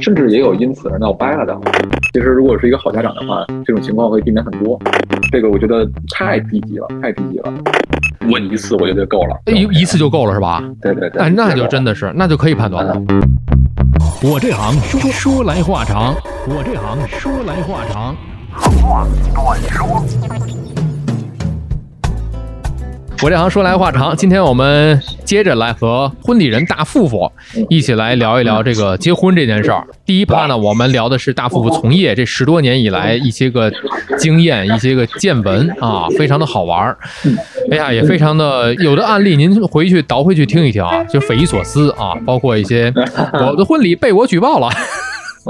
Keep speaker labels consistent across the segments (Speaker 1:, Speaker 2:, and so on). Speaker 1: 甚至也有因此而闹掰了的。其实，如果是一个好家长的话，这种情况会避免很多。这个我觉得太低级了，太低级了。问一次我觉得够了，
Speaker 2: 哎一一次就够了是吧？
Speaker 1: 对对嗯对，
Speaker 2: 哎，那
Speaker 1: 够
Speaker 2: 就
Speaker 1: 了
Speaker 2: 真的是，那就可以判断了。
Speaker 3: 我这行说说来话长，我这行说来话长。
Speaker 2: 我这行说来话长，今天我们接着来和婚礼人大富富一起来聊一聊这个结婚这件事儿。第一趴呢，我们聊的是大富富从业这十多年以来一些个经验、一些个见闻啊，非常的好玩儿。哎呀，也非常的有的案例，您回去倒回去听一听啊，就匪夷所思啊，包括一些我的婚礼被我举报了。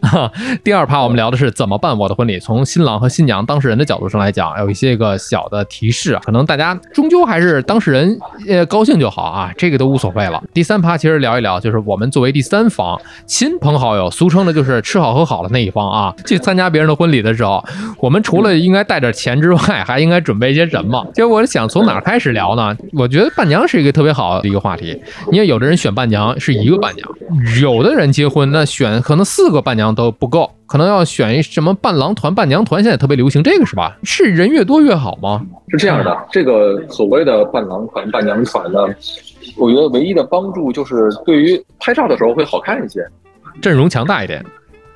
Speaker 2: 啊，第二趴我们聊的是怎么办我的婚礼，从新郎和新娘当事人的角度上来讲，有一些个小的提示，啊可能大家终究还是当事人呃高兴就好啊，这个都无所谓了。第三趴其实聊一聊，就是我们作为第三方亲朋好友，俗称的就是吃好喝好的那一方啊，去参加别人的婚礼的时候，我们除
Speaker 1: 嗯
Speaker 2: 了应该带点钱之外， 还应该准备一些什么？其实我想从哪儿开始聊呢？我觉得伴娘是一个特别好的一个话题，因为有的人选伴娘是一个伴娘，
Speaker 1: 嗯
Speaker 2: 有的人结婚那选可能四个伴娘都不够，可能要选一什么伴郎团、伴娘团，现在特别流行这个是吧？是人越多越好吗？
Speaker 1: 是这样的，这个所谓的伴郎团、伴娘团呢，我觉得唯一的帮助就是对于拍照的时候会好看一些。
Speaker 2: 阵容强大一点，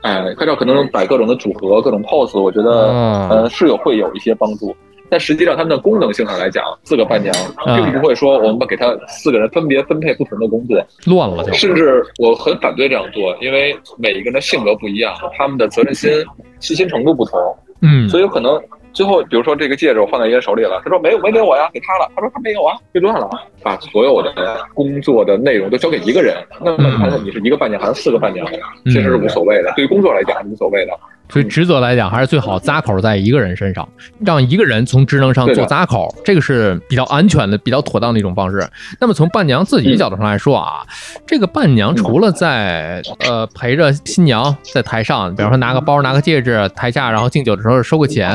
Speaker 1: 哎，拍照可能摆各种的组合、各种 pose，我觉得、
Speaker 2: 嗯
Speaker 1: 呃是有会有一些帮助。但实际上，它们的功能性上来讲，四个伴娘
Speaker 2: 嗯
Speaker 1: 并不会说我们把给他四个人分别分配不同的工作，
Speaker 2: 乱了就。
Speaker 1: 甚至我很反对这样做，因为每一个人的性格不一样，他们的责任心、细心程度不同，
Speaker 2: 嗯，
Speaker 1: 所以有可能最后，比如说这个戒指我放在爷爷手里了，他说没有没给我呀，给他了。他说他没有啊，被乱了啊。把所有的工作的内容都交给一个人，那么看看你是一个伴娘还是四个伴娘，
Speaker 2: 嗯
Speaker 1: 其实是无所谓的，对于工作来讲是无所谓的。
Speaker 2: 所以职责来讲，还是最好扎口在一个人身上，让一个人从职能上
Speaker 1: 对的
Speaker 2: 做扎口，这个是比较安全的、比较妥当的一种方式。那么从伴娘自
Speaker 1: 嗯
Speaker 2: 己角度上来说啊，这个伴娘除了在呃陪着新娘在台上，比方说拿个包、拿个戒指，台下然后敬酒的时候收个钱，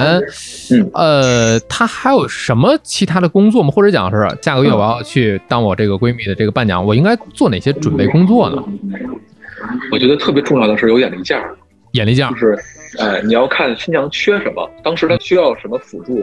Speaker 1: 嗯
Speaker 2: 呃，她还有什么其他的工作吗？或者讲是下
Speaker 1: 嗯
Speaker 2: 个月我要去当我这个闺蜜的这个伴娘，我应该做哪些准备工作呢？
Speaker 1: 我觉得特别重要的是有眼力劲儿，
Speaker 2: 眼力劲儿
Speaker 1: 就，是，哎，你要看新娘缺什么，当时她需要什么辅助，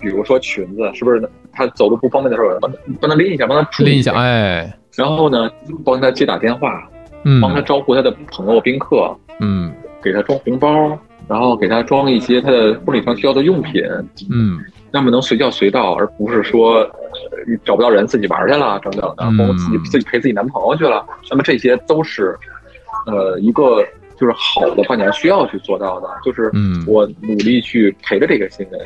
Speaker 1: 比如说裙子，是不是她走路不方便的时候，帮她帮她拎一下，帮她拄
Speaker 2: 拎一下，，哎，
Speaker 1: 然后呢，帮她接打电话，
Speaker 2: 嗯
Speaker 1: 帮她招呼她的朋友宾客，
Speaker 2: 嗯
Speaker 1: 给她装红包，然后给她装一些她的婚礼上需要的用品，
Speaker 2: 嗯
Speaker 1: 那么能随叫随到，而不是说呃你找不到人自己玩儿去了等等的，
Speaker 2: 嗯
Speaker 1: 包括自己自己陪自己男朋友去了，那么这些都是呃一个就是好的伴娘需要去做到的，就是
Speaker 2: 嗯
Speaker 1: 我努力去陪着这个新人，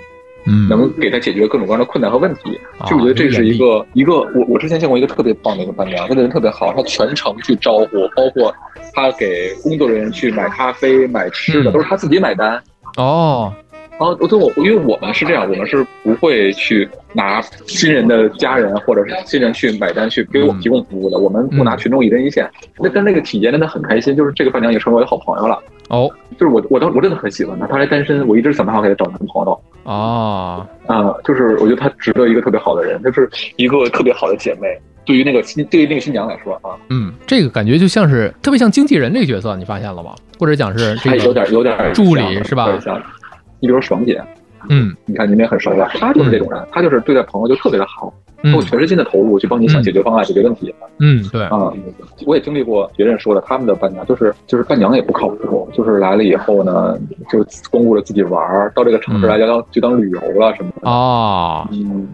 Speaker 2: 嗯，
Speaker 1: 能给他解决各种各样的困难和问题。
Speaker 2: 啊
Speaker 1: 就我觉得这是一个一个我我之前见过一个特别棒的一个伴娘，那个人特别好，她全程去招呼，包括她给工作人员去买咖啡、买吃的，
Speaker 2: 嗯
Speaker 1: 都是她自己买单。
Speaker 2: 哦，
Speaker 1: 然后对我，因为我们是这样，我们是不会去拿新人的家人或者是新人去买单去给
Speaker 2: 嗯
Speaker 1: 我们提供服务的，我们不拿群众一针一线。那跟那个体验真的很开心，就是这个伴娘也成为我的好朋友了。
Speaker 2: 哦，
Speaker 1: 就是我我当我真的很喜欢她，她还单身，我一直想办法给她找男朋友。
Speaker 2: 哦，
Speaker 1: 啊、就是我觉得她值得一个特别好的人，就是一个特别好的姐妹。对于那个新对于那个新娘来说啊，
Speaker 2: 嗯，这个感觉就像是特别像经纪人这个角色，你发现了吗？或者讲是
Speaker 1: 她
Speaker 2: 这
Speaker 1: 有
Speaker 2: 个，
Speaker 1: 点有点
Speaker 2: 助理
Speaker 1: 像
Speaker 2: 是吧
Speaker 1: 有点像你比如说爽姐，
Speaker 2: 嗯
Speaker 1: 你看你们也很熟吧？她就是这种人，她就是对待朋友就特别的好，
Speaker 2: 嗯
Speaker 1: 我全身心的投入去帮你想解决方案、解决问题
Speaker 2: 嗯，对，
Speaker 1: 啊、我也经历过别人说的他们的伴娘，就是就是伴娘也不靠谱，就是来了以后呢，就光顾着自己玩儿，到这个城市
Speaker 2: 嗯
Speaker 1: 来就当、就当旅游了什么的，
Speaker 2: 哦
Speaker 1: 嗯，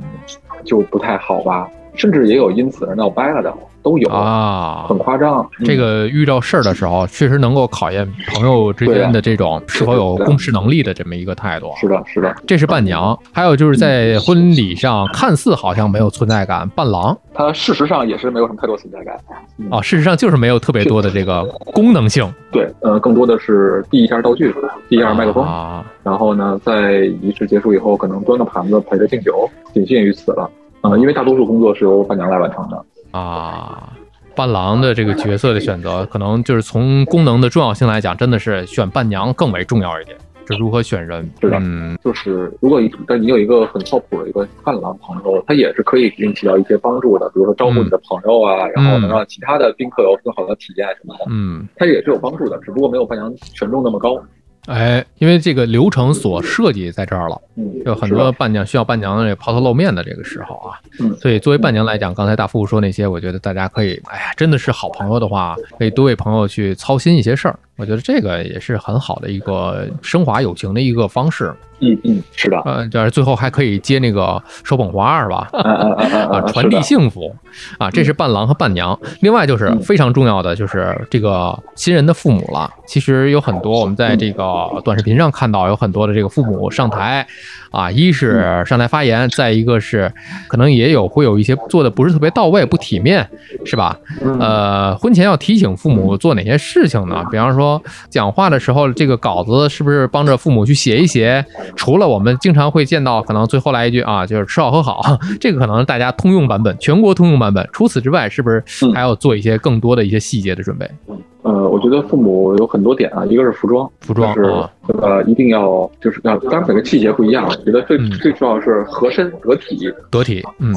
Speaker 1: 就不太好吧。甚至也有因此而闹掰了的，都有，
Speaker 2: 啊
Speaker 1: 很。夸张。嗯
Speaker 2: 这个遇到事儿的时候，确实能够考验朋友之间的这种是否有共事能力的这么一个态度。
Speaker 1: 啊
Speaker 2: 啊
Speaker 1: 是的，是的，
Speaker 2: 这是伴娘，还有就是在婚礼上看似好像没有存在感，伴郎
Speaker 1: 他事实上也是没有什么太多存在感。
Speaker 2: 啊，事实上就是没有特别多的这个功能性。
Speaker 1: 对，呃，更多的是递一下道具，递一下麦克风，
Speaker 2: 啊，
Speaker 1: 然后呢，在仪式结束以后，可能端个盘子陪着敬酒，仅限于此了。呃，因为大多数工作是由伴娘来完成的。
Speaker 2: 啊，伴郎的这个角色的选择，可能就是从功能的重要性来讲，真的是选伴娘更为重要一点。这如何选人？
Speaker 1: 是的
Speaker 2: 嗯，
Speaker 1: 就是如果你但你有一个很靠谱的一个伴郎朋友，他也是可以给你起到一些帮助的，比如说招呼
Speaker 2: 嗯
Speaker 1: 你的朋友啊，然后能让其他的宾客有更好的体验什么的，
Speaker 2: 嗯，
Speaker 1: 他也是有帮助的，只不过没有伴娘权重那么高。
Speaker 2: 哎，因为这个流程所设计在这儿了，
Speaker 1: 嗯，
Speaker 2: 有很
Speaker 1: 是的
Speaker 2: 多伴娘需要伴娘这抛头露面的这个时候啊，
Speaker 1: 嗯
Speaker 2: 所以作为伴娘来讲，刚才大富说那些，我觉得大家可以，哎呀，真的是好朋友的话，可以多为朋友去操心一些事儿，我觉得这个也是很好的一个升华友情的一个方式。
Speaker 1: 嗯嗯，是的，
Speaker 2: 呃，就是最后还可以接那个手捧花是吧？
Speaker 1: 嗯嗯嗯嗯
Speaker 2: 啊，
Speaker 1: 嗯，
Speaker 2: 传递幸福啊，这是伴郎和伴娘。另外就是
Speaker 1: 嗯
Speaker 2: 非常重要的，就是这个新人的父母了。其实有很多我们在这个短视频上看到，有很多的这个父母上台啊，一是上台发言，再一个是可能也有会有一些做的不是特别到位、不体面，是吧？
Speaker 1: 是的，
Speaker 2: 呃，婚前要提醒父
Speaker 1: 嗯
Speaker 2: 母做哪些事情呢？比方说讲话的时候，这个稿子是不是帮着父母去写一写？除了我们经常会见到，可能最后来一句啊，就是吃好喝好， 这个可能是大家通用版本，全国通用版本。除此之外，是不是
Speaker 1: 嗯
Speaker 2: 还要做一些更多的一些细节的准备？
Speaker 1: 嗯呃，我觉得父母有很多点啊，一个是服装，
Speaker 2: 服装
Speaker 1: 就是
Speaker 2: 啊，
Speaker 1: 呃，一定要就是要，当然每个细节不一样，我觉得最
Speaker 2: 嗯
Speaker 1: 最重要的是合身得体，
Speaker 2: 得体，嗯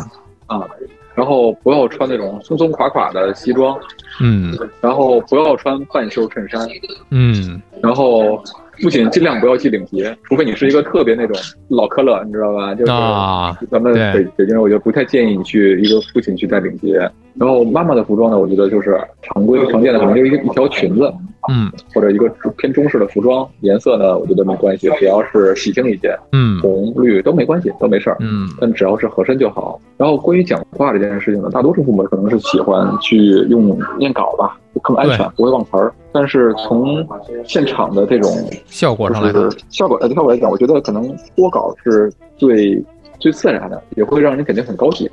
Speaker 1: 然后不要穿那种松松垮垮的西装，
Speaker 2: 嗯
Speaker 1: 然后不要穿半袖衬衫，
Speaker 2: 嗯
Speaker 1: 然后不仅尽量不要系领结，除非你是一个特别那种老科勒，你知道吧？就是
Speaker 2: 啊，
Speaker 1: 咱们
Speaker 2: 对
Speaker 1: 北北京人，我觉得不太建议你去一个父亲去戴领结。然后妈妈的服装呢，我觉得就是常规常见的，可能就是一一条裙子
Speaker 2: 嗯
Speaker 1: 或者一个偏中式的服装，颜色呢，我觉得没关系，只要是喜庆一些，
Speaker 2: 嗯
Speaker 1: 红绿都没关系，都没事儿。
Speaker 2: 嗯
Speaker 1: 但只要是合身就好。然后关于讲话这件事情呢，大多数父母可能是喜欢去用念稿吧，更安全，不会忘词儿。但是从现场的这种
Speaker 2: 效果上来
Speaker 1: 就
Speaker 2: 看
Speaker 1: 是，效果呃效果来讲，我觉得可能播稿是最最自然的，也会让人感觉很高级。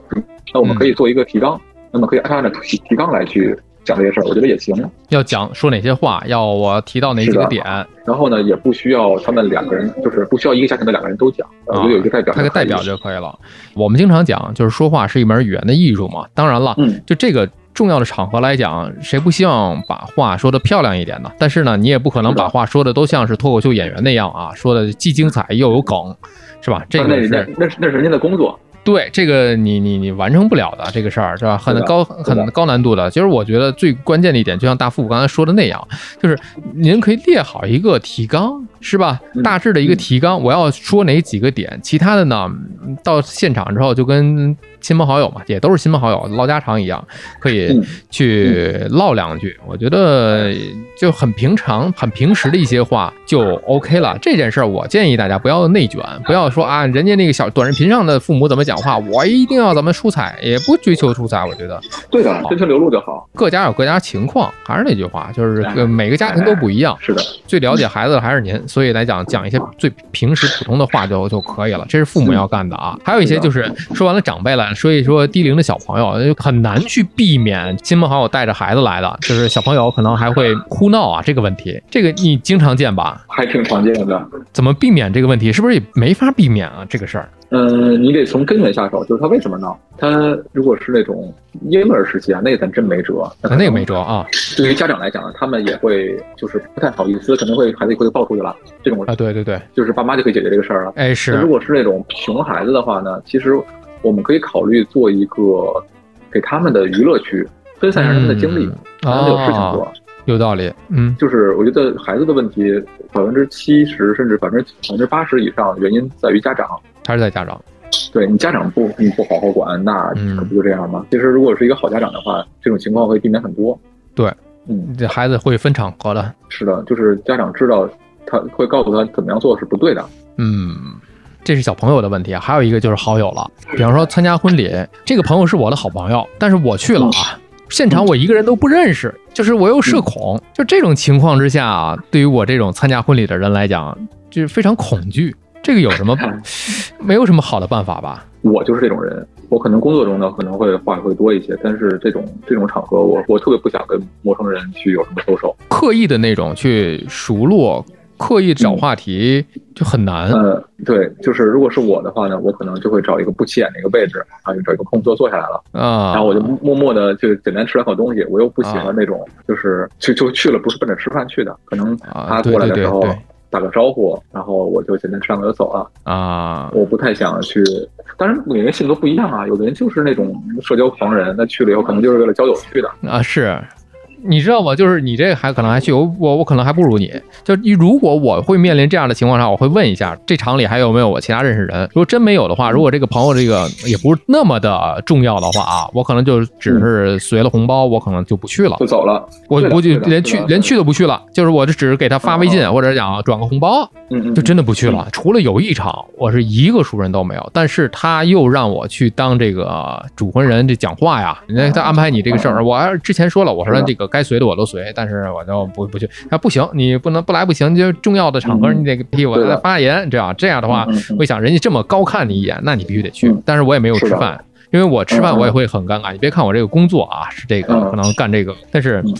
Speaker 1: 那我们
Speaker 2: 嗯
Speaker 1: 可以做一个提纲，那么可以按照提提纲来去讲这些事儿，我觉得也行。
Speaker 2: 要讲说哪些话，要我提到哪几
Speaker 1: 是
Speaker 2: 个
Speaker 1: 的
Speaker 2: 点，
Speaker 1: 然后呢，也不需要他们两个人，就是不需要一个家庭的两个人都讲，我觉得有一个代表，
Speaker 2: 派啊个代表，就可以了。我们经常讲，就是说话是一门语言的艺术嘛。当然了，
Speaker 1: 嗯
Speaker 2: 就这个重要的场合来讲，谁不希望把话说得漂亮一点呢？但是呢，你也不可能
Speaker 1: 是的
Speaker 2: 把话说的都像是脱口秀演员那样啊，说的既精彩又有梗，是吧？这
Speaker 1: 但那
Speaker 2: 个
Speaker 1: 人家
Speaker 2: 是
Speaker 1: 那是那是人家的工作，
Speaker 2: 对这个你你你完成不了的这个事儿，是吧？很
Speaker 1: 是的
Speaker 2: 高
Speaker 1: 是的
Speaker 2: 很高难度的。其实我觉得最关键的一点，就像大富刚才说的那样，就是您可以列好一个提纲，是吧？
Speaker 1: 嗯
Speaker 2: 大致的一个
Speaker 1: 嗯
Speaker 2: 提纲，我要说哪几个点，其他的呢，嗯到现场之后就跟亲朋好友嘛，也都是亲朋好友唠家常一样，可以
Speaker 1: 嗯
Speaker 2: 去唠两句。我觉得就很平常、很平时的一些话就 OK 了。这件事儿，我建议大家不要内卷，不要说啊，人家那个小短视频上的父母怎么讲话，我一定要咱们出彩，也不追求出彩。我觉得
Speaker 1: 对的，真情流露就好，
Speaker 2: 各家有各家情况，还是那句话，就是
Speaker 1: 哎
Speaker 2: 呃每个家庭都不一样。
Speaker 1: 是的。
Speaker 2: 最了解孩子的还 是您，所以来讲讲一些最平时普通的话就就可以了，这是父母要干的啊。还有一些就是说完了长辈了，说一说低龄的小朋友，就很难去避免亲朋好友带着孩子来的，就是小朋友可能还会哭闹啊这个问题，这个你经常见吧？
Speaker 1: 还挺常见的。
Speaker 2: 怎么避免这个问题？是不是也没法避免啊？这个事儿，
Speaker 1: 嗯，你得从根源下手，就是他为什么闹。他如果是那种婴儿时期啊，那咱真没辙。
Speaker 2: 那个没。辙啊
Speaker 1: 对于家长来讲，他们也会就是不太好意思，可能会孩子会抱出去了。这种
Speaker 2: 啊！对对对，
Speaker 1: 就是爸妈就可以解决这个事儿了。
Speaker 2: 哎
Speaker 1: 那如
Speaker 2: 是，
Speaker 1: 果是那种熊孩子的话呢，其实我们可以考虑做一个给他们的娱乐区，分散一下他们的精力，让他们有事情
Speaker 2: 哦
Speaker 1: 做。，
Speaker 2: 有道理，嗯
Speaker 1: 就是我觉得孩子的问题，百分之七十甚至百分之百分之八十以上原因在于家长。
Speaker 2: 还是在家长，
Speaker 1: 对你家长不你不好好管，那
Speaker 2: 嗯
Speaker 1: 可不就这样吗？其实如果是一个好家长的话，这种情况会避免很多。
Speaker 2: 对，
Speaker 1: 嗯，
Speaker 2: 这孩子会分场合的，
Speaker 1: 是的，就是家长知道他会告诉他怎么样做是不对的。
Speaker 2: 嗯，这是小朋友的问题，还有一个就是好友了。比方说参加婚礼，这个朋友是我的好朋友，但是我去了啊，现场我一个人都不认识，就是我又社恐，就这种情况之下啊，对于我这种参加婚礼的人来讲，就是非常恐惧。这个有什么没有什么好的办法吧？
Speaker 1: 我就是这种人，我可能工作中呢可能会话会多一些，但是这种这种场合我，我特别不想跟陌生人去有什么收手。
Speaker 2: 刻意的那种去熟络，刻意找话题就很难。
Speaker 1: 呃，对，就是如果是我的话呢，我可能就会找一个不起眼的一个位置，啊，就找一个空座坐下来了，
Speaker 2: 啊，
Speaker 1: 然后我就默默的就简单吃两口东西，我又不喜欢那种，就是就就去了不是奔着吃饭去的，可能
Speaker 2: 啊，
Speaker 1: 他
Speaker 2: 对
Speaker 1: 过来
Speaker 2: 对
Speaker 1: 的
Speaker 2: 对
Speaker 1: 时候，
Speaker 2: 对，
Speaker 1: 呃打个招呼，然后我就简单上个就走了。
Speaker 2: 啊，
Speaker 1: 我不太想去，当然每个人性格不一样啊，有的人就是那种社交狂人，那去了以后可能就是为了交友去的。
Speaker 2: 啊，是。你知道吗？就是你这还可能还去，我我我可能还不如你。就如果我会面临这样的情况下，我会问一下这厂里还有没有我其他认识人。如果真没有的话，如果这个朋友这个也不是那么的重要的话啊，我可能就只是随了红包，我可能就不去了
Speaker 1: 就。走了，
Speaker 2: 我
Speaker 1: 对的
Speaker 2: 估计
Speaker 1: 对的
Speaker 2: 连
Speaker 1: 对
Speaker 2: 去
Speaker 1: 的
Speaker 2: 连去都不去了，就是我就只是给他发微信或者讲转个红包，
Speaker 1: 嗯嗯，
Speaker 2: 就真的不去了。除了有一场，我是一个熟人都没有，但是他又让我去当这个主婚人，这讲话呀，人家他安排你这个事儿，我还是之前说了，我说
Speaker 1: 是的
Speaker 2: 这个该随的我都随，但是我就不不去。他不行，你不能不来不行，就重要的场合
Speaker 1: 嗯
Speaker 2: 你得替我
Speaker 1: 对的
Speaker 2: 来发言，这样这样的话
Speaker 1: 嗯嗯嗯
Speaker 2: 会想人家这么高看你一眼，那你必须得去
Speaker 1: 嗯。
Speaker 2: 但是我也没有
Speaker 1: 是
Speaker 2: 吃
Speaker 1: 的
Speaker 2: 饭。因为我吃饭
Speaker 1: 嗯嗯
Speaker 2: 我也会很尴尬，你别看我这个工作啊是这个
Speaker 1: 嗯
Speaker 2: 可能干这个，但是
Speaker 1: 嗯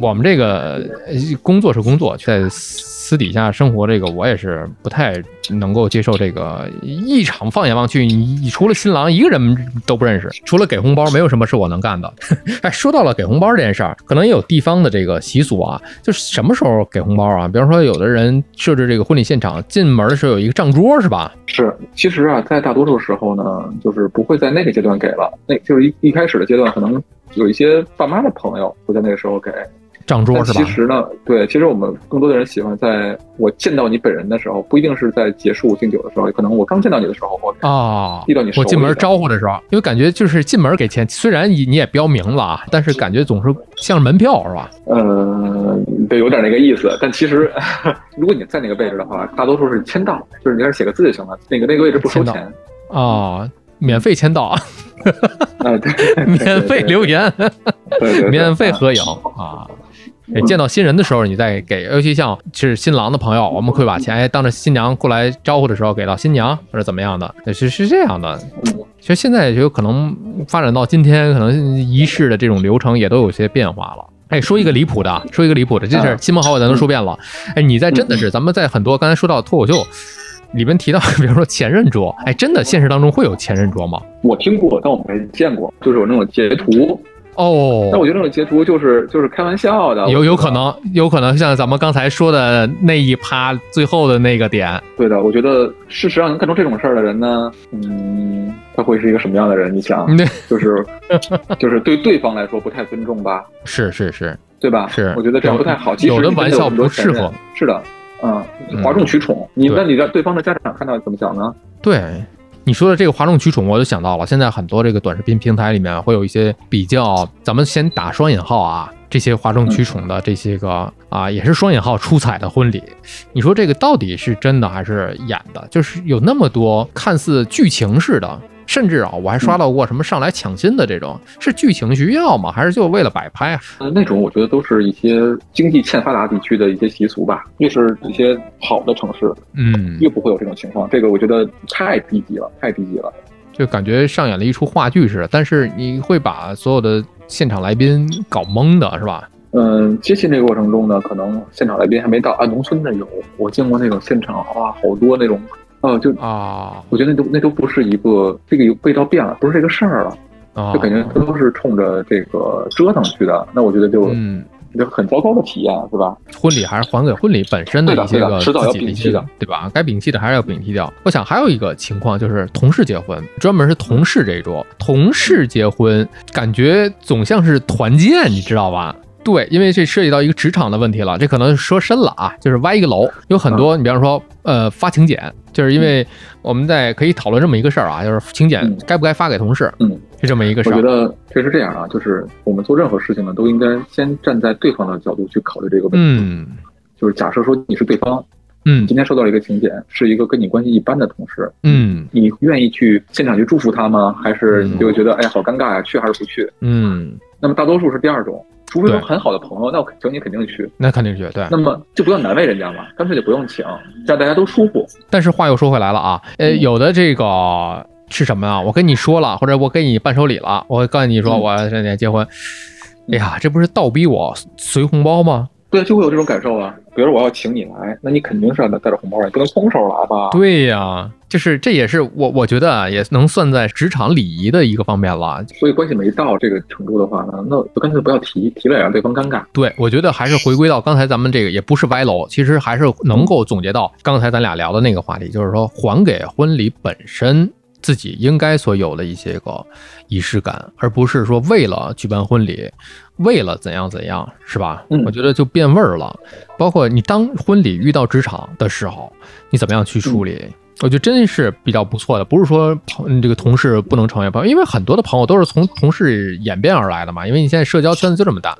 Speaker 2: 我们这个呃工作是工作，在私底下生活这个，我也是不太能够接受这个一场放眼望去，你你除了新郎一个人都不认识，除了给红包，没有什么是我能干的。 哎，说到了给红包这件事儿，可能也有地方的这个习俗啊，就是什么时候给红包啊？比方说，有的人设置这个婚礼现场进门的时候有一个账桌是吧？
Speaker 1: 是，其实啊，在大多数时候呢，就是不会在那个阶段给了，那就是一一开始的阶段，可能有一些爸妈的朋友会在那个时候给。
Speaker 2: 账桌
Speaker 1: 但
Speaker 2: 是
Speaker 1: 啊其
Speaker 2: 吧？
Speaker 1: 实呢，对，其实我们更多的人喜欢在我见到你本人的时候，不一定是在结束敬酒的时候，可能我刚见到你的时候，我给
Speaker 2: 哦，
Speaker 1: 递到你手
Speaker 2: 我
Speaker 1: 里
Speaker 2: 进门
Speaker 1: 的
Speaker 2: 招呼的时候，因为感觉就是进门给钱，虽然你你也标明了啊，但是感觉总是像是门票是吧？
Speaker 1: 呃，对，有点那个意思。但其实， 如果你在那个位置的话，大多数是签到，就是你在这写个字就行了。那个那个位置不收
Speaker 2: 签到
Speaker 1: 钱。
Speaker 2: 哦，免费签到，
Speaker 1: 啊，对，对
Speaker 2: 免费，留言，
Speaker 1: 对对对 对，
Speaker 2: 免费
Speaker 1: 啊
Speaker 2: 合影啊。哎见到新人的时候，你再给，尤其像是新郎的朋友，我们会把钱哎当着新娘过来招呼的时候给到新娘，或者怎么样的，哎是是这样的。其实现在也有可能发展到今天，可能仪式的这种流程也都有些变化了。哎，说一个离谱的啊，说一个离谱的，这事儿
Speaker 1: 啊
Speaker 2: 亲朋好友咱都说遍了。哎，你在真的是，咱们在很多刚才说到脱口秀里面提到， 比如说前任桌，哎，真的现实当中会有前任桌吗？
Speaker 1: 我听过，但我没见过，就是有那种截图。
Speaker 2: 哦，
Speaker 1: 但我觉得那种截图就是就是开玩笑的，
Speaker 2: 有
Speaker 1: 啊
Speaker 2: 有
Speaker 1: 我觉得
Speaker 2: 可。能，有可能像咱们刚才说的那一趴最后的那个点，
Speaker 1: 对的，我觉得事实上能干出这种事儿的人呢，嗯，他会是一个什么样的人？你想，
Speaker 2: 对，
Speaker 1: 就是 就是对对方来说不太尊重吧，
Speaker 2: 是是是，
Speaker 1: 对吧？
Speaker 2: 是
Speaker 1: 我觉得这样不太好。
Speaker 2: 有
Speaker 1: 即使
Speaker 2: 有的
Speaker 1: 你
Speaker 2: 玩
Speaker 1: 真有
Speaker 2: 笑
Speaker 1: 很多
Speaker 2: 不适
Speaker 1: 前任
Speaker 2: 合。
Speaker 1: 是的，嗯
Speaker 2: 嗯，
Speaker 1: 哗众取宠。你
Speaker 2: 对
Speaker 1: 那你让对方的家长看到怎么想呢？
Speaker 2: 对。你说的这个哗众取宠，我就想到了，现在很多这个短视频平台里面会有一些比较，咱们先打双引号啊，这些哗众取宠的这些个啊，也是双引号出彩的婚礼，你说这个到底是真的还是演的？就是有那么多看似剧情似的，甚至啊，我还刷到过什么上来抢亲的这种，是剧情需要吗？还是就为了摆拍啊？
Speaker 1: 呃，那种我觉得都是一些经济欠发达地区的一些习俗吧。越是一些好的城市，
Speaker 2: 嗯，
Speaker 1: 越不会有这种情况。这个我觉得太低级了，太低级了。
Speaker 2: 就感觉上演了一出话剧似的，但是你会把所有的现场来宾搞懵的，是吧？
Speaker 1: 嗯，接亲这个过程中呢，可能现场来宾还没到啊，农村的有，我见过那种现场哇，好多那种，哦、就
Speaker 2: 啊
Speaker 1: 我觉得那都那都不是一个这个味道变了，不是这个事儿了，
Speaker 2: 啊，
Speaker 1: 就感觉都是冲着这个折腾去的，那我觉得就、
Speaker 2: 嗯，
Speaker 1: 就嗯很糟糕的体验，是吧？
Speaker 2: 婚礼还是啊还给婚礼本身的一些
Speaker 1: 对的对
Speaker 2: 个
Speaker 1: 的
Speaker 2: 自
Speaker 1: 迟早要
Speaker 2: 己的一
Speaker 1: 摒
Speaker 2: 些
Speaker 1: 弃
Speaker 2: 个
Speaker 1: 的，
Speaker 2: 对吧？该摒弃的还是要摒弃掉。我想还有一个情况就是同事结婚，专门是同事这一桌，同事结婚感觉总像是团建，你知道吧？对，因为这涉及到一个职场的问题了，这可能说深了啊，就是歪一个楼，有很多，
Speaker 1: 嗯
Speaker 2: 你比方说，呃，发请柬，就是因为我们在可以讨论这么一个事儿啊，就是请柬
Speaker 1: 嗯
Speaker 2: 该不该发给同事，
Speaker 1: 嗯，
Speaker 2: 是这么一个事
Speaker 1: 我觉
Speaker 2: 儿。
Speaker 1: 得这是这样啊，就是我们做任何事情呢，都应该先站在对方的角度去考虑这个问题。
Speaker 2: 嗯
Speaker 1: 就是假设说你是对方，
Speaker 2: 嗯
Speaker 1: 你今天收到了一个请柬，是一个跟你关系一般的同事，
Speaker 2: 嗯
Speaker 1: 你愿意去现场去祝福他吗？还是你就觉得、哎呀好尴尬呀、去还是不去？
Speaker 2: 嗯，
Speaker 1: 那么大多数是第二种，除非有
Speaker 2: 对
Speaker 1: 很好的朋友，那我请你肯定去。
Speaker 2: 那肯定是对。
Speaker 1: 那么就不要难为人家嘛，干脆就不用请，这样大家都舒服。
Speaker 2: 但是话又说回来了啊，呃，
Speaker 1: 嗯
Speaker 2: 有的这个是什么啊？我跟你说了，或者我给你办手礼了，我告诉你说
Speaker 1: 嗯
Speaker 2: 我这年结婚，
Speaker 1: 嗯
Speaker 2: 哎呀，这不是倒逼我随红包吗？
Speaker 1: 对，就会有这种感受啊。比如我要请你来，那你肯定是要带着红包来，啊你不能空手来吧？
Speaker 2: 对呀、就是这也是我我觉得啊，也能算在职场礼仪的一个方面了。
Speaker 1: 所以关系没到这个程度的话呢，那就干脆不要提，提了也让对方尴尬。
Speaker 2: 对，我觉得还是回归到刚才咱们这个，也不是歪楼，其实还是能够总结到刚才咱俩聊的那个话题，就是说还给婚礼本身自己应该所有的一些个仪式感，而不是说为了举办婚礼，为了怎样怎样，是吧？
Speaker 1: 嗯
Speaker 2: 我觉得就变味儿了。包括你当婚礼遇到职场的时候，你怎么样去处理？我觉得真是比较不错的，不是说朋嗯这个同事不能成为朋友，因为很多的朋友都是从同事演变而来的嘛。因为你现在社交圈子就这么大，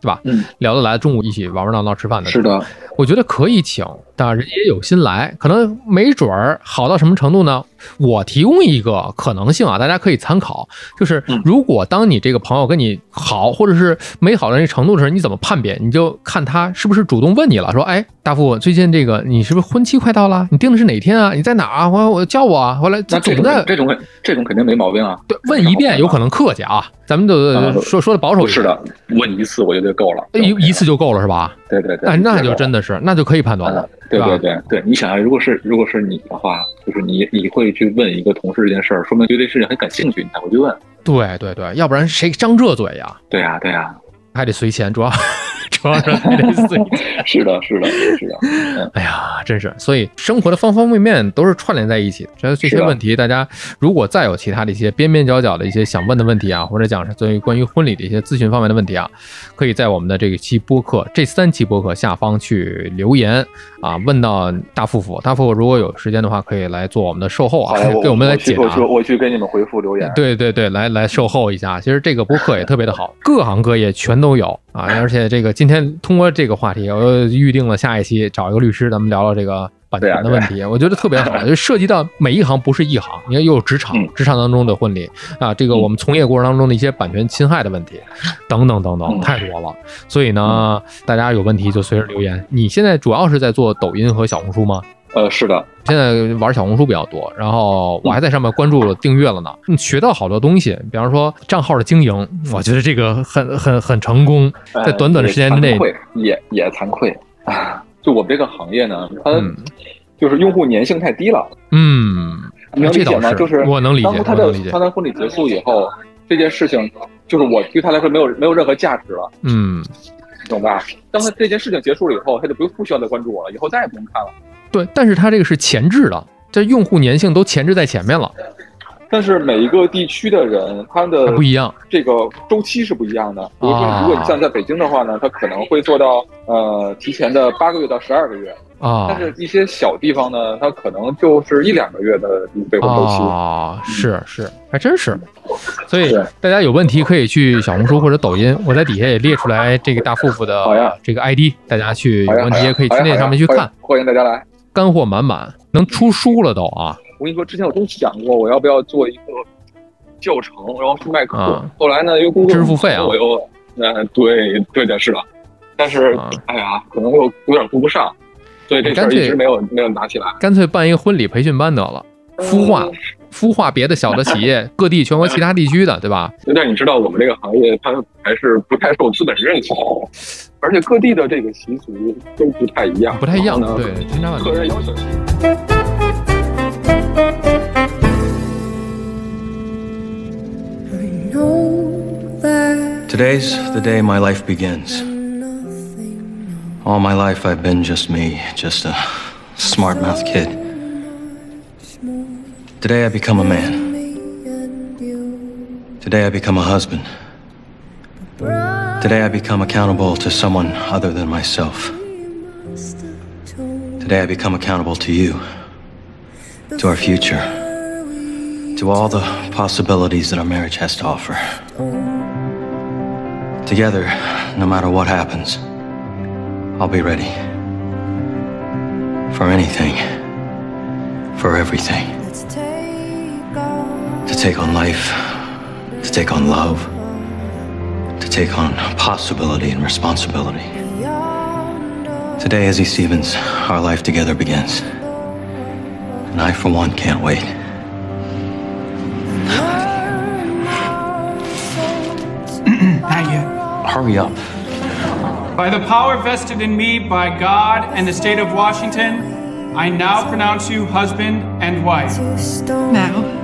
Speaker 2: 对吧？
Speaker 1: 嗯，
Speaker 2: 聊得来，中午一起玩玩闹闹吃饭的，
Speaker 1: 是的，
Speaker 2: 我觉得可以请，但人也有心来，可能没准儿好到什么程度呢？我提供一个可能性啊，大家可以参考，就是
Speaker 1: 嗯
Speaker 2: 如果当你这个朋友跟你好，或者是没好到那程度的时候，你怎么判别？你就看他是不是主动问你了，说，哎，大副，最近这个你是不是婚期快到了？你定的是哪天啊？你在哪儿啊？我我叫我啊！后来
Speaker 1: 那
Speaker 2: 总
Speaker 1: 这
Speaker 2: 总
Speaker 1: 种
Speaker 2: 哦在
Speaker 1: 这种这种肯定没毛病啊。
Speaker 2: 对问一遍，有可能客气啊，咱们就
Speaker 1: 嗯
Speaker 2: 说说的保守
Speaker 1: 不
Speaker 2: 一点，
Speaker 1: 是的，问一次我觉得就够了，
Speaker 2: 哎一一次就够了是吧？
Speaker 1: 对对对，
Speaker 2: 哎，那
Speaker 1: 够
Speaker 2: 就
Speaker 1: 了
Speaker 2: 真的是，那就可以判断了
Speaker 1: 嗯。，对
Speaker 2: 吧
Speaker 1: 对对对，你想啊，如果是如果是你的话，就是你你会去问一个同事这件事儿，说明对这事情很感兴趣，你才会去问。
Speaker 2: 对对对，要不然谁张这嘴呀？
Speaker 1: 对呀、对呀、
Speaker 2: 还得随钱，主要 主要是还得随钱。
Speaker 1: 是的，是的，是的，
Speaker 2: 哎呀，真是，所以生活的方方面面都是串联在一起的。觉得这
Speaker 1: 是啊
Speaker 2: 些
Speaker 1: 的
Speaker 2: 问题，大家如果再有其他的一些边边角角的一些想问的问题啊，或者讲是对于关于婚礼的一些咨询方面的问题啊，可以在我们的这一期播客这三期播客下方去留言啊，问到大富富。大富富如果有时间的话，可以来做我们的售后啊
Speaker 1: 哎好呀，，
Speaker 2: 给我们来解
Speaker 1: 去
Speaker 2: 答。
Speaker 1: 我去我去给你们回复留言。
Speaker 2: 对对对，来来售后一下。其实这个播客也特别的好， 各行各业全都有啊。而且这个今天通过这个话题，我又预定了下一期找一个律师，咱们聊聊这个版权
Speaker 1: 啊
Speaker 2: 的问题。我觉得特别好，就涉及到每一行不是一行，你看又有职场
Speaker 1: 嗯，
Speaker 2: 职场当中的婚礼啊，这个我们从业过程当中的一些版权侵害的问题，等等等等，
Speaker 1: 嗯
Speaker 2: 太多了。所以呢，大家有问题就随时留言。你现在主要是在做抖音和小红书吗？
Speaker 1: 呃，是的，
Speaker 2: 现在玩小红书比较多，然后我还在上面关注了、订阅了呢，嗯学到好多东西，比方说账号的经营，我觉得这个很很很成功，
Speaker 1: 呃
Speaker 2: 在短短的时间之内
Speaker 1: 也，惭愧也也惭愧 啊。就我们这个行业呢，它
Speaker 2: 嗯
Speaker 1: 就是用户粘性太低了，
Speaker 2: 嗯，
Speaker 1: 你能
Speaker 2: 这
Speaker 1: 理解吗？
Speaker 2: 倒
Speaker 1: 啊
Speaker 2: 是，
Speaker 1: 就是
Speaker 2: 我能理解，
Speaker 1: 当他
Speaker 2: 我
Speaker 1: 的
Speaker 2: 能理解
Speaker 1: 他，的婚礼结束以后，这件事情就是我对他来说没有没有任何价值了。
Speaker 2: 嗯，
Speaker 1: 懂吧？当他这件事情结束了以后，他就不不需要再关注我了，以后再也不用看了。
Speaker 2: 对，但是它这个是前置的，这用户粘性都前置在前面了，
Speaker 1: 但是每一个地区的人，他的
Speaker 2: 还不一样，啊
Speaker 1: 这个周期是不一样的。比如说，如果你像在北京的话呢，他可能会做到呃提前的八个月到十二个月，
Speaker 2: 啊
Speaker 1: 但是一些小地方呢，他可能就是一两个月的备婚周期。
Speaker 2: 啊，是是，还真是。所以
Speaker 1: 对
Speaker 2: 大家有问题可以去小红书或者抖音，我在底下也列出来这个大富富
Speaker 1: 好呀
Speaker 2: 的这个 ID，大家去有
Speaker 1: 好呀
Speaker 2: 问题也可以去那上面去
Speaker 1: 好呀好呀
Speaker 2: 看，
Speaker 1: 欢迎大家来。
Speaker 2: 干货满满，能出书了都啊！
Speaker 1: 我跟你说，之前我真想过我要不要做一个教程，然后去卖课。
Speaker 2: 啊
Speaker 1: 后来呢，又工作
Speaker 2: 支付费啊
Speaker 1: 我又呃，对对的，是的。但是、
Speaker 2: 啊
Speaker 1: 哎呀，可能我有点顾不上，所以这事
Speaker 2: 干
Speaker 1: 儿
Speaker 2: 脆
Speaker 1: 一直没有没有拿起来。
Speaker 2: 干脆办一个婚礼培训班得了，
Speaker 1: 嗯
Speaker 2: 孵化孵化别的小的企业，各地全国其他地区的，对吧？
Speaker 1: 嗯但你知道，我们这个行业它还是不太受资本认可，而且各地的这个习俗都不太一样，
Speaker 2: 不太一样
Speaker 1: 然后，呢
Speaker 2: 对，千差万
Speaker 1: 个
Speaker 2: 别。
Speaker 1: 人要求。
Speaker 4: know that
Speaker 5: Today's the day my life begins.
Speaker 4: nothing
Speaker 5: All my life I've been just me, just a smart mouth kid. Today I become a man.
Speaker 4: me and you
Speaker 5: Today I become a husband. Today I become accountable to someone other than myself.
Speaker 4: must have told
Speaker 5: Today I become accountable to you, to our future, to all the possibilities that our marriage has to offer. Together, no matter what happens, I'll be ready. For anything, for everything.
Speaker 4: let's take off
Speaker 5: To take on life, to take on love, to take on possibility and responsibility.
Speaker 4: beyond us
Speaker 5: Today, as Izzy Stevens, our life together begins. And I, for one, can't wait.
Speaker 4: Burn our souls
Speaker 5: Hurry up.
Speaker 6: By the power vested in me by God and the state of Washington, I now pronounce you husband and wife.
Speaker 4: Now.
Speaker 7: Now,